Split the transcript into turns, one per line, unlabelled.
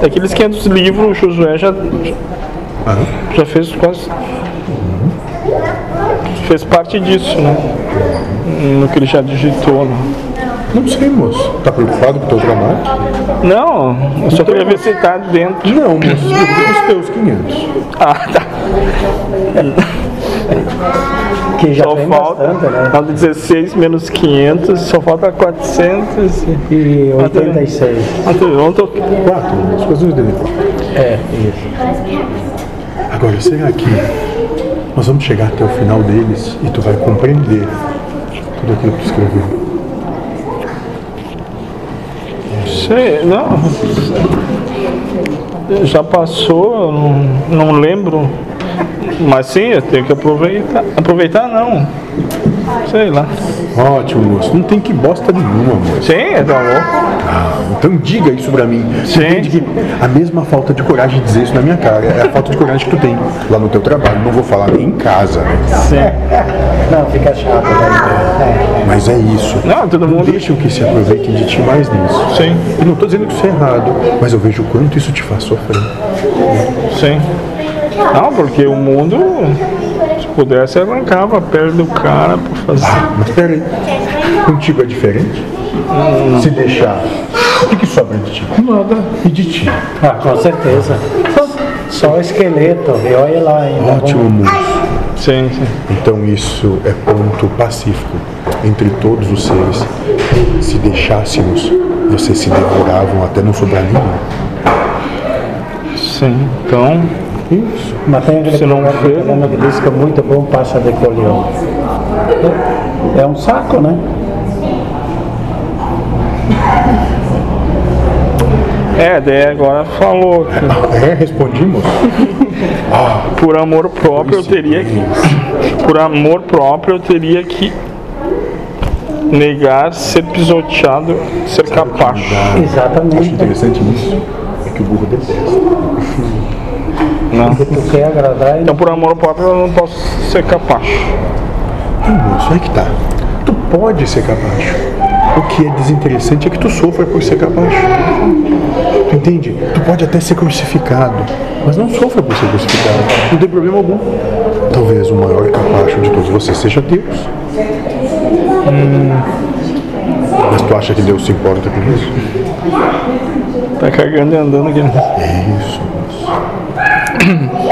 Daqueles 500 livros, o Josué já,
Ah.
já fez quase. Fez parte disso, né? No que ele já digitou. Né?
Não sei, moço. Tá preocupado com teus gramados?
Não, eu
Então,
só queria ver se ele tá dentro.
Não, moço. Eu tenho os teus 500.
Ah, tá.
Que já
Só
tem
Então falta.
bastante, né?
falta 16 menos 500, só falta 400. e-
E
Ah, tá bem.
86.
Ontem, ontem eu
Quatro, moço. Mas os dele quatro.
É, isso.
Agora, será que nós vamos chegar até o final deles e tu vai compreender tudo aquilo que tu escreveu?
Sei, não. Já passou, eu não, não lembro. Mas sim, eu tenho que aproveitar. Aproveitar não. Sei lá.
Ótimo, moço. Não tem que bosta nenhuma, moço.
Sim, tá louco.
Então diga isso pra mim.
Sim.
Entende que a mesma falta de coragem de dizer isso na minha cara é a falta de coragem que tu tem lá no teu trabalho. Não vou falar nem em casa, né?
Sim.
Não, fica chato. Né?
mas é isso.
Não, todo
Não
mundo.
deixam que se aproveitem de ti mais nisso.
Sim,
Eu não estou dizendo que isso é errado, mas eu vejo o quanto isso te faz sofrer.
sim. Não, porque o mundo, se pudesse, arrancava a perna do cara pra fazer.
Mas peraí, contigo é diferente? Se deixar, o que, que sobra de ti? Nada. E de ti?
É. Ah, com certeza. Só o esqueleto. E olha lá Tá ainda.
Ótimo, moço.
Sim, sim.
Então isso é ponto pacífico entre todos os seres. Se deixássemos, vocês se devoravam até não sobrar nenhum.
Sim. Então,
Isso.
Mas tem aquele
Se não
programa
vê,
italiano que diz que é muito bom passa de coleão. É- É um saco, né?
é, daí agora falou que
É, respondimos.
por amor próprio eu teria que por amor próprio eu teria que negar ser pisoteado, ser capacho.
Acho
Exatamente.
interessante nisso é que o burro detesta.
Não.
Porque tu quer agradar e
Então por amor próprio eu não posso ser capacho.
Então, moço, aí que tá. Tu pode ser capacho. O que é desinteressante é que tu sofra por ser capacho. Tu entende? Tu pode até ser crucificado, mas não sofra por ser crucificado. Não tem problema algum. Talvez o maior capacho de todos vocês seja Deus. Hum. Mas tu acha que Deus se importa com isso?
Tá cagando e andando aqui.
É isso.